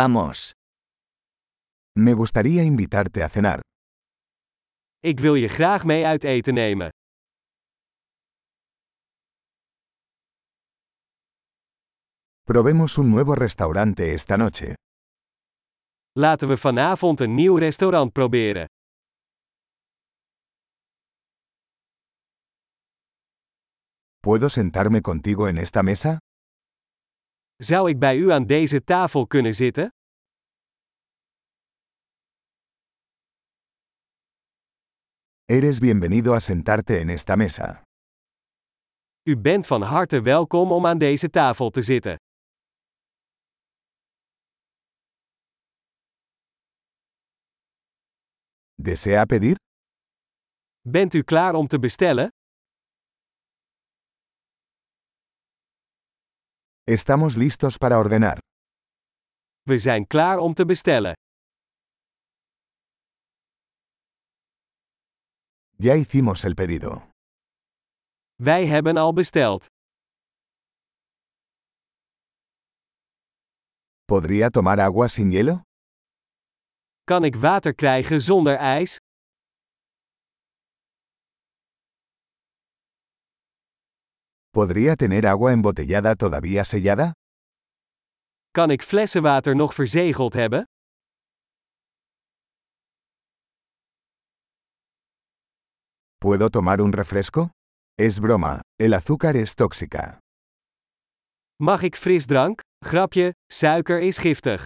Vamos. Me gustaría invitarte a cenar. Ik wil je graag mee uit eten nemen. Probemos un nuevo restaurante esta noche. Laten we vanavond een nieuw restaurant proberen. ¿Puedo sentarme contigo en esta mesa? Zou ik bij u aan deze tafel kunnen zitten? Eres bienvenido a sentarte en esta mesa. U bent van harte welkom om aan deze tafel te zitten. ¿Desea pedir? Bent u klaar om te bestellen? Estamos listos para ordenar. We zijn klaar om te bestellen. Ya hicimos el pedido. Wij hebben al besteld. ¿Podría tomar agua sin hielo? Kan ik water krijgen zonder ijs? ¿Podría tener agua embotellada todavía sellada? Kan ik flessenwater nog verzegeld hebben? ¿Puedo tomar un refresco? Es broma, el azúcar es tóxica. Mag ik frisdrank? Grapje, suiker is giftig.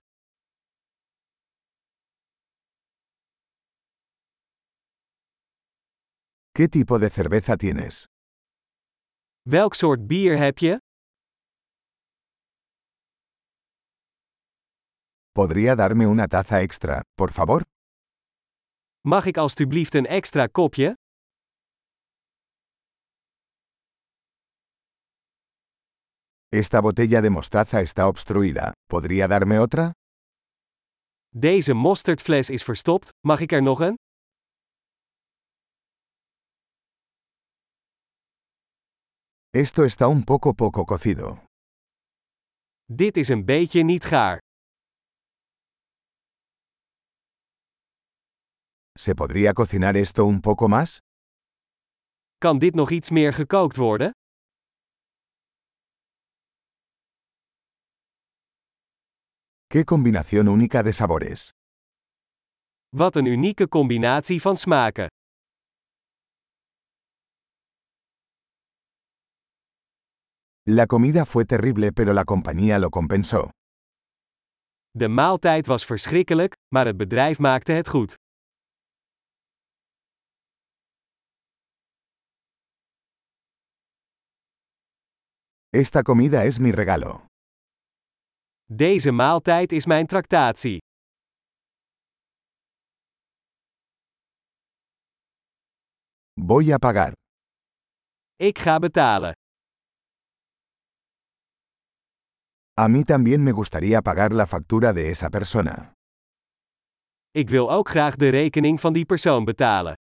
¿Qué tipo de cerveza tienes? Welk soort bier heb je? ¿Podría darme una taza extra, por favor? Mag ik alstublieft een extra kopje? Esta botella de mostaza está obstruida. ¿Podría darme otra? Deze mosterdfles is verstopt, mag ik er nog een? Esto está un poco poco cocido. Dit is een beetje niet gaar. ¿Se podría cocinar esto un poco más? Kan dit nog iets meer gekookt worden? ¡Qué combinación única de sabores! Wat een unieke combinatie van smaken. La comida fue terrible pero la compañía lo compensó. De maaltijd was verschrikkelijk, maar het bedrijf maakte het goed. Esta comida es mi regalo. Deze maaltijd is mijn tractatie. Voy a pagar. Ik ga betalen. A mí también me gustaría pagar la factura de esa persona. Ik wil ook graag de rekening van die persoon betalen.